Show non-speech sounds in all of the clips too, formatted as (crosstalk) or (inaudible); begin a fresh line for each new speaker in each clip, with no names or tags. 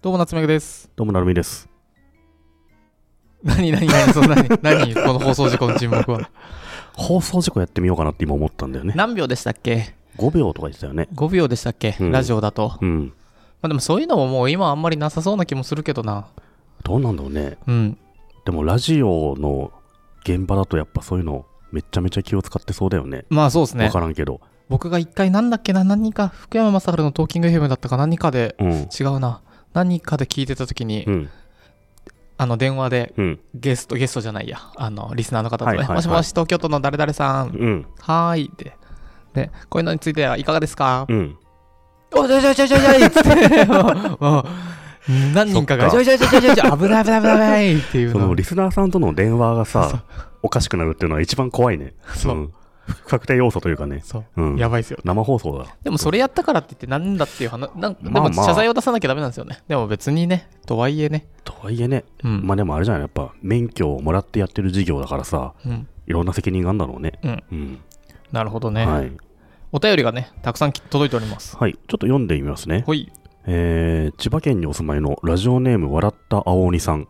どうも、夏目です。
どうもなるみです。
何、何、何、そう、 (laughs) 何、何、この放送事故の沈黙は。
放送事故やってみようかなって今思ったんだよね。
(laughs) 何秒でしたっけ
5秒とか言ってたよね。
?5 秒でしたっけ、
うん
ラジオだと。ま
うん。
あでも、そういうのももう今あんまりなさそうな気もするけどな。
どうなんだろうね。
うん。
でもラジオの現場だとやっぱそういうのめっちゃめちゃ気を使ってそうだよね。
まあ、そうです
わ
ね
か。らんけど。
僕が一回なんだっけな、何か、福山雅治のトーキングヘムだったか何かで、
うん。
違うな。何かで聞いてた時に、
うん。
あの、電話で、
うん。
ゲスト、ゲストじゃないや。あの、リスナーの方とね、
はいはいはい
もしもし、東京都の誰々さん、
うん。
はーいって。で、こういうのについてはいかがですか
うん。
おちょいちょいちょいちょいちょいっつって、もう、もう何人かが、ち
そ
ょいちょいちょいちょいちょい、危ない危ない危ない危ないっていう
そ
の
の。リスナーさんとの電話がさ、おかしくなるっていうのは一番怖いね。。
そうん
不確定要素というかね。
そうう。
ん。
やばいですよ。
生放送だ。
でもそれやったからって言ってなんだっていう話、なんで
まあ
も
まあ
謝罪を出さなきゃダメなんですよね。でも別にね、とはいえね。
とはいえね。
うん。
まあでもあれじゃないやっぱ免許をもらってやってる事業だからさ、
うん。
いろんな責任があるんだろうね。
うん。
うん。
なるほどね。
はい。
お便りがね、たくさんき届いております。
はい。ちょっと読んでみますね。
ほい。
えー千葉県にお住まいのラジオネーム笑った青鬼さん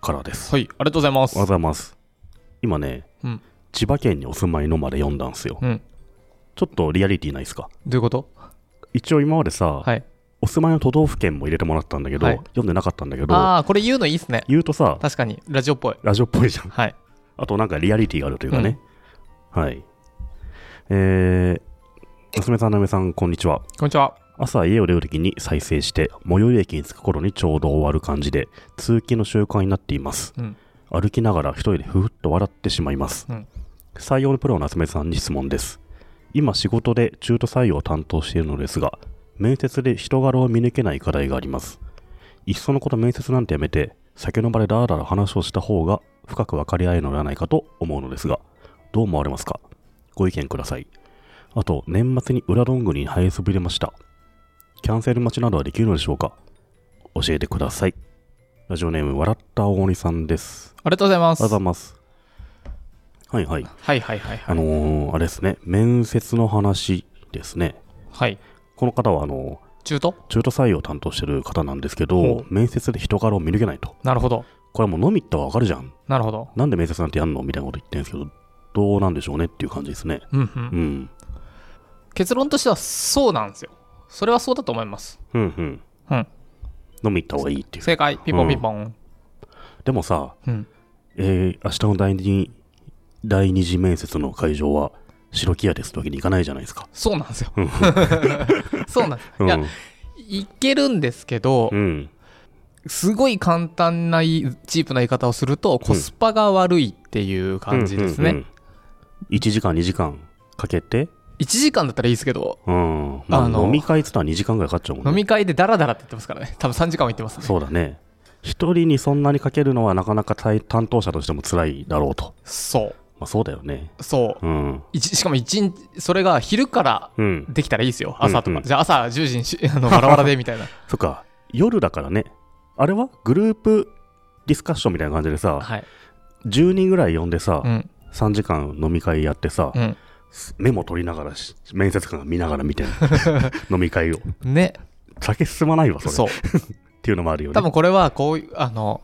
からです。
ほい。ありがとうございます
おはようご。ざいます。今ね、
うん
千葉県にお住まいのまで読んだんすよ。
うん。
ちょっとリアリティないですか
どういうこと
一応今までさ、
はい。
お住まいの都道府県も入れてもらったんだけど、
はい
読んでなかったんだけど、
ああ、これ言うのいいっすね。
言うとさ、
確かに、ラジオっぽい。
ラジオっぽいじゃん。 (laughs)
はい。
あとなんかリアリティがあるというかね。はい。えー、娘さん、なめさん、こんにちは。
こんにちは。
朝家を出る時に再生して最寄り駅に着く頃にちょうど終わる感じで通勤の習慣になっています、
うん
歩きながら一人でふふっと笑ってしまいます、
うん
採用のプロの夏目さんに質問です今仕事で中途採用を担当しているのですが面接で人柄を見抜けない課題がありますいっそのこと面接なんてやめて酒の場でダーダラ話をした方が深く分かり合えるのではないかと思うのですがどう思われますかご意見くださいあと年末に裏どんぐりに生えそびれましたキャンセル待ちなどはできるのでしょうか教えてください。ラジオネーム、笑った大鬼さんです。
ありがとうございま
ありがとうござい
す。
ます。はいはい。
はいはいはいは
あ
い。
のー、あれですね、面接の話ですね。
はい。
この方は、あの
中途
ー中途採用を担当してる方なんですけ
ほ
ど、面接で人柄を見抜けないと。
なるほど。
これはもう飲み行ったらわかるじゃん。
なるほど。
なんで面接なんてやんのみたいなこと言ってるんですけど、どうなんでしょうねっていう感じですね。
うんうん
う。ん。
結論としてはそうなんですよそれはそうだと思います
うんうん。
うん
飲み行った方がいいっていう。
正解ピンポンピンポン
でもさ、
うん、
えー明日の第二第二次面接の会場は白木屋ですってわけにいかないじゃないですか。
そうなんですよ (laughs) そうなんです
う
い
ん、
やいけるんですけど
うん、
すごい簡単ないチープな言い方をするとコスパが悪いっていう感じですね、
うんうんうん1時間2時間かけて、
1時間だったらいいですけど
うんまあ
あの
飲み会っつったら2時間ぐらいかかっちゃうもんね。
飲み会でダラダラって言ってますからね多分3時間も言ってますね
そうだね。一人にそんなにかけるのはなかなか担担当者としても辛いだろうと。
そ
まあ、そうだよね。
うそう
うん。
一しかも一日それが昼から
うん。
できたらいいですよ朝とか、
うんうん
じゃあ朝10時にしあのバラバラでみたい
(laughs)
な
そっか、夜だからね。あれはグループディスカッションみたいな感じでさ、
はい、
10人ぐらい呼んでさ、
うん
3時間飲み会やってさ、
うん、
メモ取りながらし、面接官が見ながら見てる
(laughs)
飲み会を。
ね
酒進まないわ、それ。
そう
っていうのもあるよね。
多分これはこういうあの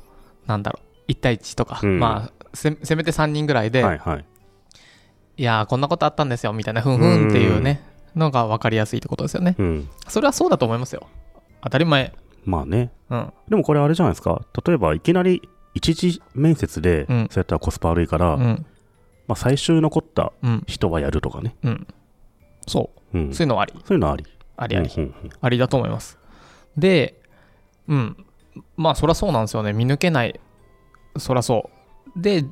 なんだろう1対1とか、
うん
まあせせめて3人ぐらいで、、
はいいはい。
やーこんなことあったんですよみたいなふんふんっていうねのが分かりやすいってことですよね
うん。
それはそうだと思いますよ当たり前
まあね。
うん
でもこれあれじゃないですか。例えば、いきなり一次面接で、
うん
そうやったらコスパ悪いから、
う
ま
ん
あ最終残った
うん
人はやるとかね。
うんそ
うん。
う
そ
そういうのはあり
ういうのあり。
ありあり、
うんうんうん
ありだと思いますでうんまあそりゃそうなんですよね見抜けないそりゃそうで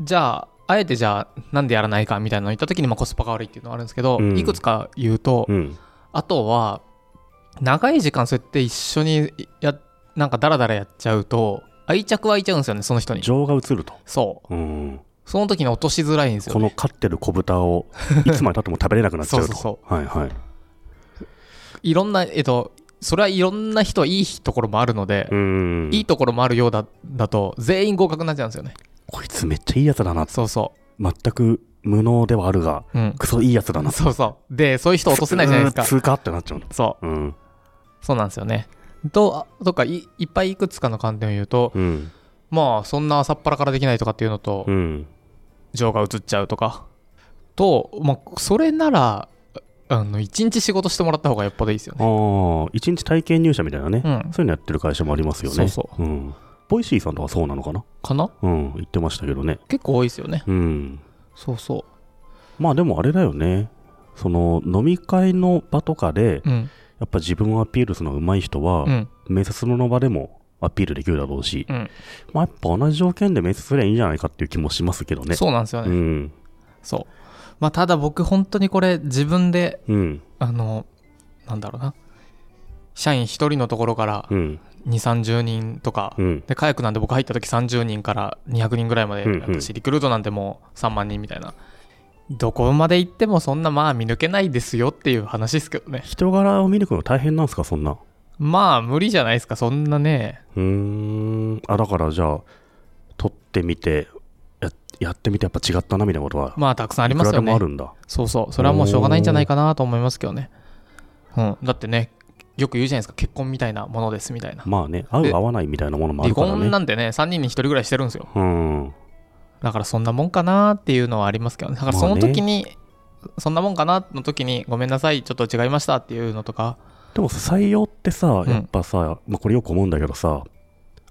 じゃああえてじゃあなんでやらないかみたいなの言った時にまあコスパが悪いっていうのがあるんですけど、
うん
いくつか言うと、
うん。
あとは長い時間そうやって一緒にやなんかダラダラやっちゃうと愛着湧いちゃうんですよねその人に
情が移ると。
そう
うん。
その時に落としづらいんですよ
この飼ってる小豚を、いつまでたっても食べれなくなっちゃうと。
(laughs) そうそう
はいはい。
いろんなえっとそれはいろんな人いいところもあるので、
うん。
いいところもあるようだだと全員合格になっちゃうんですよね
こいつめっちゃいいやつだな。
そうそ
全く無能ではあるが、
ううん (laughs)
クソいいやつだな。
そうそうでそういう人落とせないじゃないですか
通過ってなっちゃうの
そう
うん。
そうなんですよねとあとかいいっぱいいくつかの観点を言うと、
うん。
まあそんな朝っぱらからできないとかっていうのと、
うん。
情が移っちゃうとかと、まあ、それならあの1日仕事してもらった方がよっぽどいいですよね。
ああ、一日体験入社みたいなね、
うん
そういうのやってる会社もありますよね。
そうそ
うん。ボイシーさんとかそうなのかな
かな
うん、言ってましたけどね。
結構多いですよね。
うん。
そうそ
まあでもあれだよね。その飲み会の場とかで、
う。うん。
やっぱ自分をアピールするのが上手い人は、
うん。
面接の場でもアピールできるだろうし、
うん
まあやっぱ同じ条件で面接すりゃいいんじゃないかっていう気もしますけどね。
そうなんですよね。
ん。
そう。まあ、ただ僕、本当にこれ、自分で、
うん。
あの、なんだろうな。社員1人のところから
うん。
2、30人とか、
うん。
で、カヤックなんて僕入った時30人から200人ぐらいまで、
うんうん
私、リクルートなんてもう3万人みたいな。どこまで行ってもそんなまあ見抜けないですよっていう話ですけどね。
人柄を見抜くの大変なんですか、そんな。
まあ無理じゃないですか、そんなね。
うーん。あ、だからじゃあ、撮ってみて、ややってみてやっぱ違ったなみたいなことは、
まあたくさんあり
い
ま
くら
す
で
よ
もあ
ね。
るんだ。
そうそう。それはもうしょうがないんじゃないかなと思いますけどね。うん。だってね、よく言うじゃないですか、結婚みたいなものですみたいな。
まあね、合う
で
合わないみたいなものもあ
離
るから
婚
ね。
なんてね3人に1人ぐらいしてるんですよ
うん。
だからそんなもんかなっていうのはありますけどねだからその時に、そんなもんかなの時にごめんなさいちょっと違いましたっていうのとか
でもさ採用ってさ、
うん
やっぱさ、まあ、これよく思うんだけどさ、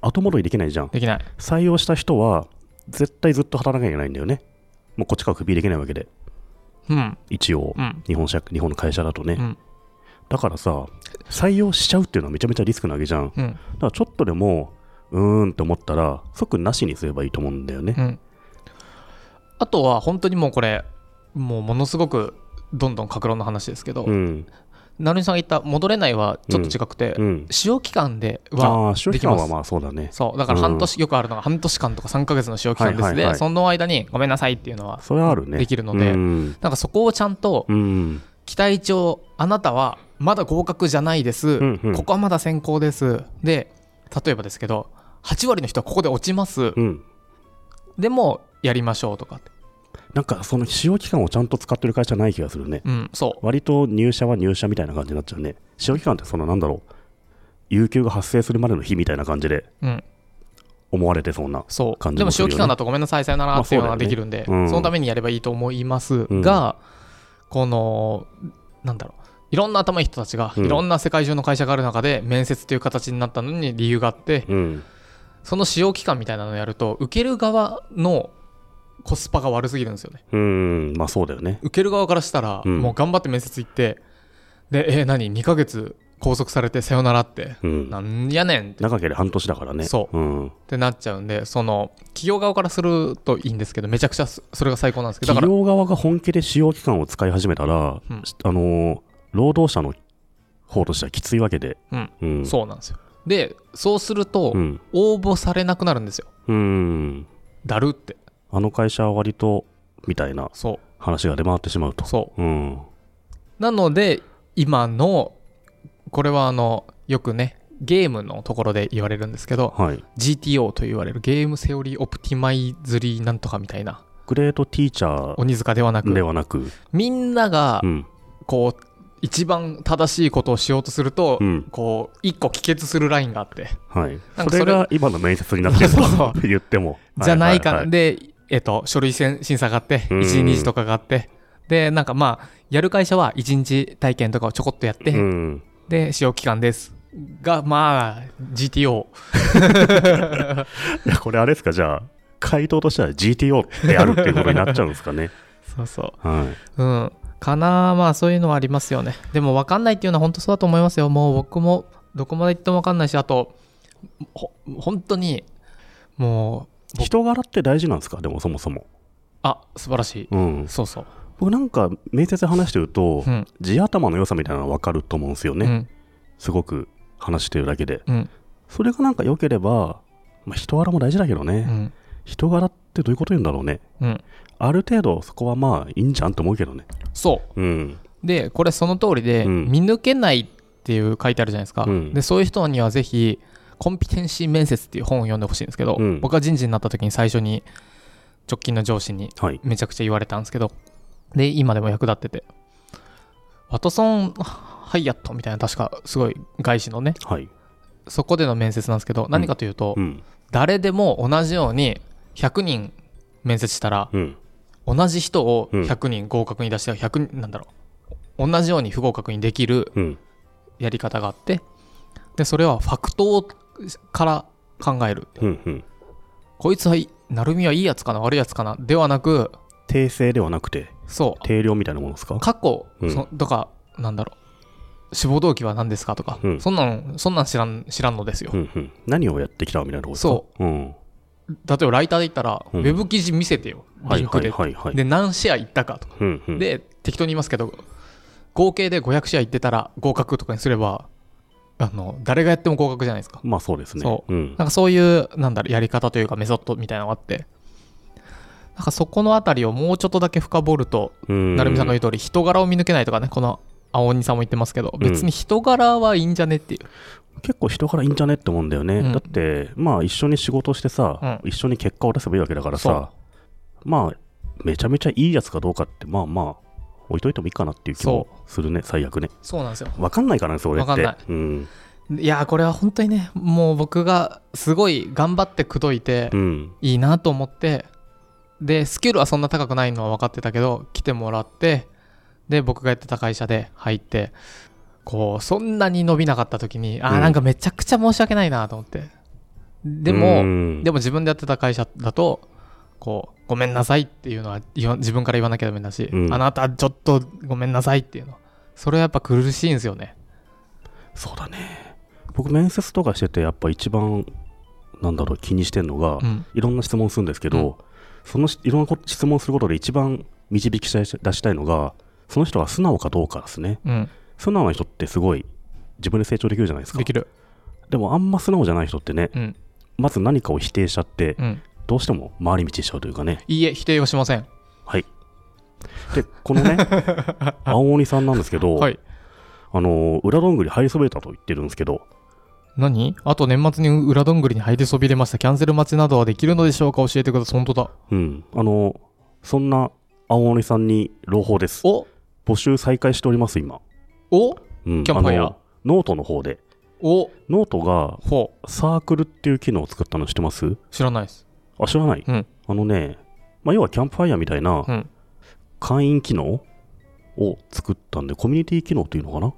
後戻りできないじゃん。
できない
採用した人は、絶対ずっと働かなきゃいけないんだよね。もうこっちからクビできないわけで、
うん
一応、
うん
日本社日本の会社だとね、
うん
だからさ、採用しちゃうっていうのはめちゃめちゃリスクなわけじゃん。
うん
だからちょっとでも、うーんって思ったら、即なしにすればいいと思うんだよね
う。んあとは本当にもうこれもうものすごくどんどん格論の話ですけど、
うん。
なるみさんが言った「戻れない」はちょっと違くて、
うん。
使用期間で
あ
は
あ、消
で
費
き
感
ま
は
す
まあそうだね。
そうだから半年、よくあるのが半年間とか3ヶ月の使用期間ですね、
はいはいはい
その間にごめんなさいっていうのは
それはあるね。
できるので
うん。
なんかそこをちゃんと
うん。
期待値をあなたはまだ合格じゃないです、
んうん
ここはまだ先行ですで例えばですけど8割の人はここで落ちます、
うん
でもやりましょうとかって
なんかその使用期間をちゃんと使ってる会社ない気がするね。
うんそ
割と入社は入社みたいな感じになっちゃうね。使用期間ってそのなんだろう、有給が発生するまでの日みたいな感じで
ううん
思われてそうな。
そう、
感じ
でも
もす
使
るよ
用
ね
期間だとごめんなさいさよな
ま
ら
あ
っていうの
そ
が
う
で
だよ
き
ね
るんで、
うん
そのためにやればいいと思います
うん
が、このなんだろういろんな頭いい人たちが
うん
いろんな世界中の会社がある中で面接という形になったのに理由があって、
うん。
その使用期間みたいなのをやると受ける側のコスパが悪すぎるんですよね
うん。まあそうだよね。
受ける側からしたら、
うん
もう頑張って面接行ってでえー何2ヶ月拘束されてさよならって、
うん。
なんやねんって
長ければ半年だからね。。
そう
うん。
ってなっちゃうんでその企業側からするといいんですけどめちゃくちゃそそれが最高なんですけどだから
企業側が本気で使用期間を使い始めたら、
うん
あのー労働者の方としてはきついわけで。
うん
うん。
そうなんですよでそうすると、
うん。
応募されなくなるんですよ
うん。
だるって
あの会社は割と、みたいな
そ
話が出回ってしまうと
う。そ
うん。
うなので今のこれはあのよくねゲームのところで言われるんですけど
はい。
GTO と言われるゲームセオリーオプティマイズリーなんとかみたいな
グレートティーチャー
鬼塚ではなく
ではなく、
みんなが
うん。
こう一番正しいことをしようとすると、
うん。
こう一個帰結するラインがあって、
はい。
なんか
そ
それ
れが今の面接になってる
そう (laughs) そ
と
う
言っても。
じゃないかな、
はは
で、えっと書類せん審査があって
うん
1日とかがあってでなんかまあやる会社は1日体験とかをちょこっとやって、
はいうん。
で使用期間ですがまあ GTO
いやこれあれですか、じゃあ、回答としては GTO であるっていうことになっちゃうんですかね。
そうそ
は
ううんかなまあそういうのはありますよねでも分かんないっていうのは本当そうだと思いますよもう僕もどこまで行っても分かんないしあとほ本当にもう
い。人柄って大事なんですかでもそもそも。
あ素晴らしい
うん。
そうそう
僕なんか面接で話してると
う、ん
地頭の良さみたいなの分かると思うんですよ
う
ね。
ん
すごく話してるだけで。
うん
それがなんか良ければ、まあ、人柄も大事だけど
う
ね。
ん
人柄ってどういうこと言うんだろうね。
うん
ある程度そこはまあいいんじゃんと思うけどね。
そ
うん。
うでこれその通りで、
うん
見抜けないっていう書いてあるじゃないですか、
うん
でそういう人にはぜひコンピテンシー面接っていう本を読んでほしいんですけど、
うん
僕が人事になった時に最初に直近の上司に
はい。
めちゃくちゃ言われたんですけどで今でも役立っててワトソン・ハイアットみたいな確かすごい外資のね
はい。
そこでの面接なんですけど何かというと、
うん。
誰でも同じように100人面接したら
うん。
同じ人を
うん
100人合格に出して100人なんだろう同じように不合格にできる
うん。
やり方があってでそれはファクトから考える
うん。うん。
こいつはい成海はいいやつかな悪いやつかなではなく
訂正ではなくて、
そう
定量みたいなものですか
過去、
うん
そとかなんだろう志望動機は何ですかとか、
うん
そんなんそんなん知らん知らんのですよ、
うんうん。何をやってきたみたいなことですか。
そう
うん。
例えばライターで言ったら、
うん
ウェブ記事見せてよ
は
リ
い
ンク
は
で、
いはいはい。
で何試合行ったかとか、
うんうん、
で適当に言いますけど合計で500試合行ってたら合格とかにすればあの誰がやっても合格じゃないですか
まあそうですね。。
そう
ん
な。んかそういう、なんだろう、やり方というかメソッドみたいなのがあって、なんかそこのあたりをもうちょっとだけ深掘ると、
な
成美さんの言う通り、人柄を見抜けないとかね、この青鬼さんも言ってますけど、別に人柄はいいんじゃねっていう。
結構人からいいんじゃねって思うんだよね、
うん
だってまあ一緒に仕事してさ、一緒に結果を出せばいいわけだからさまあめちゃめちゃいいやつかどうかってまあまあ置いといてもいいかなっていう気もするね最悪ね
そうなんですよ。
分かんないからねそれって
わかんない
うん
いやー、これは本当にね、もう僕がすごい頑張って口説いて
う、ん
いいなと思って、で、スキルはそんな高くないのは分かってたけど、来てもらって、で、僕がやってた会社で入って、こう、そんなに伸びなかった時に、あ
う
ー
ん
なんかめちゃくちゃ申し訳ないなと思って。で
う
も、
ん
でも自分でやってた会社だと、こう、ごめんなさいっていうのは言わ自分から言わなきゃダメだし、
うん
あなたちょっとごめんなさいっていうの。それはやっぱ苦しいんですよね。
そうだね僕面接とかしててやっぱ一番なんだろう気にしてるのが、
うん。
いろんな質問するんですけど、
う
そのしいろんなこ質問することで一番導き出し出したいのがその人が素直かどうかですね
うん。
素直な人ってすごい自分で成長できるじゃないですか
できる。
でもあんま素直じゃない人ってね
うん。
まず何かを否定しちゃって、
うん。
どうしても回り道しちゃうというかね
いいえ、否定はしません。
はいでこ
(laughs)
のね青鬼さんなんですけど、
はい。
あのー裏どんぐり入りそびれたと言ってるんですけど
何あと年末に裏どんぐりに入りそびれましたキャンセル待ちなどはできるのでしょうか教えてください本当だ
うんあのーそんな青鬼さんに朗報です
お
募集再開しております今、
お
うん、
キャンプファイヤー
あのノートの方で
お
ノートが
ほ
サークルっていう機能を作ったの知ってます
う知らないです
あ知らない、
うん
あのね、まあ、要はキャンプファイヤーみたいな
うん
会員機能を作ったんで、コミュニティ機能っていうのかな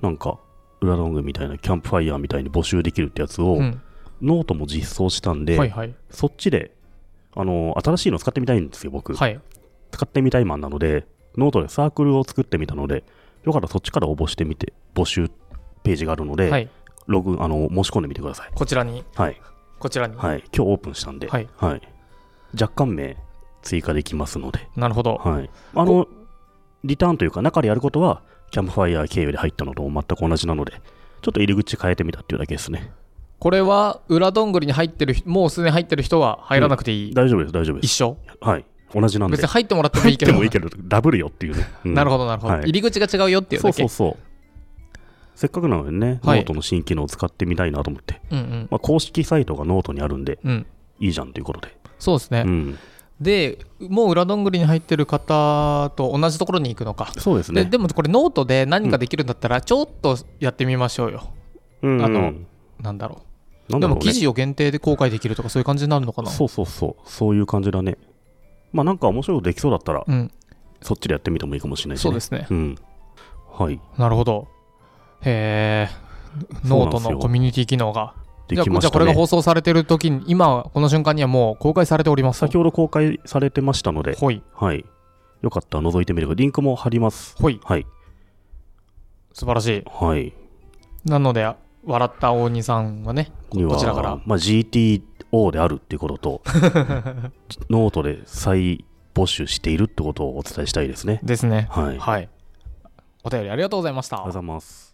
なんか、裏ロングみたいなキャンプファイヤーみたいに募集できるってやつを、
うん
ノートも実装したんで、
はいはい
そっちで、あの新しいの使ってみたいんですよ、僕。
はい
使ってみたいマンなので、ノートでサークルを作ってみたので、よかったらそっちから応募してみて、募集ページがあるので、
はい
ログ、あの、申し込んでみてください。
こちらに
はい。
こちらに
はい。今日オープンしたんで、
はい
はい、若干名追加できますので、
なるほど
はい、あのリターンというか中でやることはキャンプファイヤー経由で入ったのと全く同じなのでちょっと入り口変えてみたっていうだけですね
これは裏どんぐりに入ってる人もうすでに入ってる人は入らなくていい、
大丈夫です大丈夫で
一
す
緒
はい同じなんで
別に入ってもらってもいいけ
で
ど
もいいけどダブルよっていうね、
なる
ほ
ほどなるほど、
はい
入り口が違うよっていう
そう
だけ
そうそうせっかくなのでね、
はい
ノートの新機能を使ってみたいなと思って、
うん
まあ、公式サイトがノートにあるんで
うんうん
いいじゃんということで、
そうですね、
うん、
でもう裏どんぐりに入ってる方と同じところに行くのか
そうです
で
ね
でもこれノートで何かできるんだったらちょっとやってみましょうよ、
うんうん
あのなんだろう
な
んで
だろうね
も記事を限定で公開できるとかそういう感じになるのかな
そうそうそうそういう感じだねまあなんか面白いことできそうだったら、
うん
そっちでやってみてもいいかもしれないし、ね、
そうですね
うん。はい。
なるほどへえ
そ
ノ
うなん
ー
で
ト
すよ
のコミュニティ機能が
で
じゃあ
きま
じゃあこ
した
れが
ね。
放送されてる時に今この瞬間にはもう公開されております
先ほど公開されてましたので、
ほい
はい。よかったら覗いてみれば、リンクも貼ります。
ほい
はい。
素晴らしい
はい。
なので笑った大西さんはねこ
には
こちらから
まあ、GTO であるっていうこ
(laughs)
とと、ノートで再募集しているってことをお伝えしたいですね。
ですね
はい。ありがと
はいお便りありがとうございました
うございます。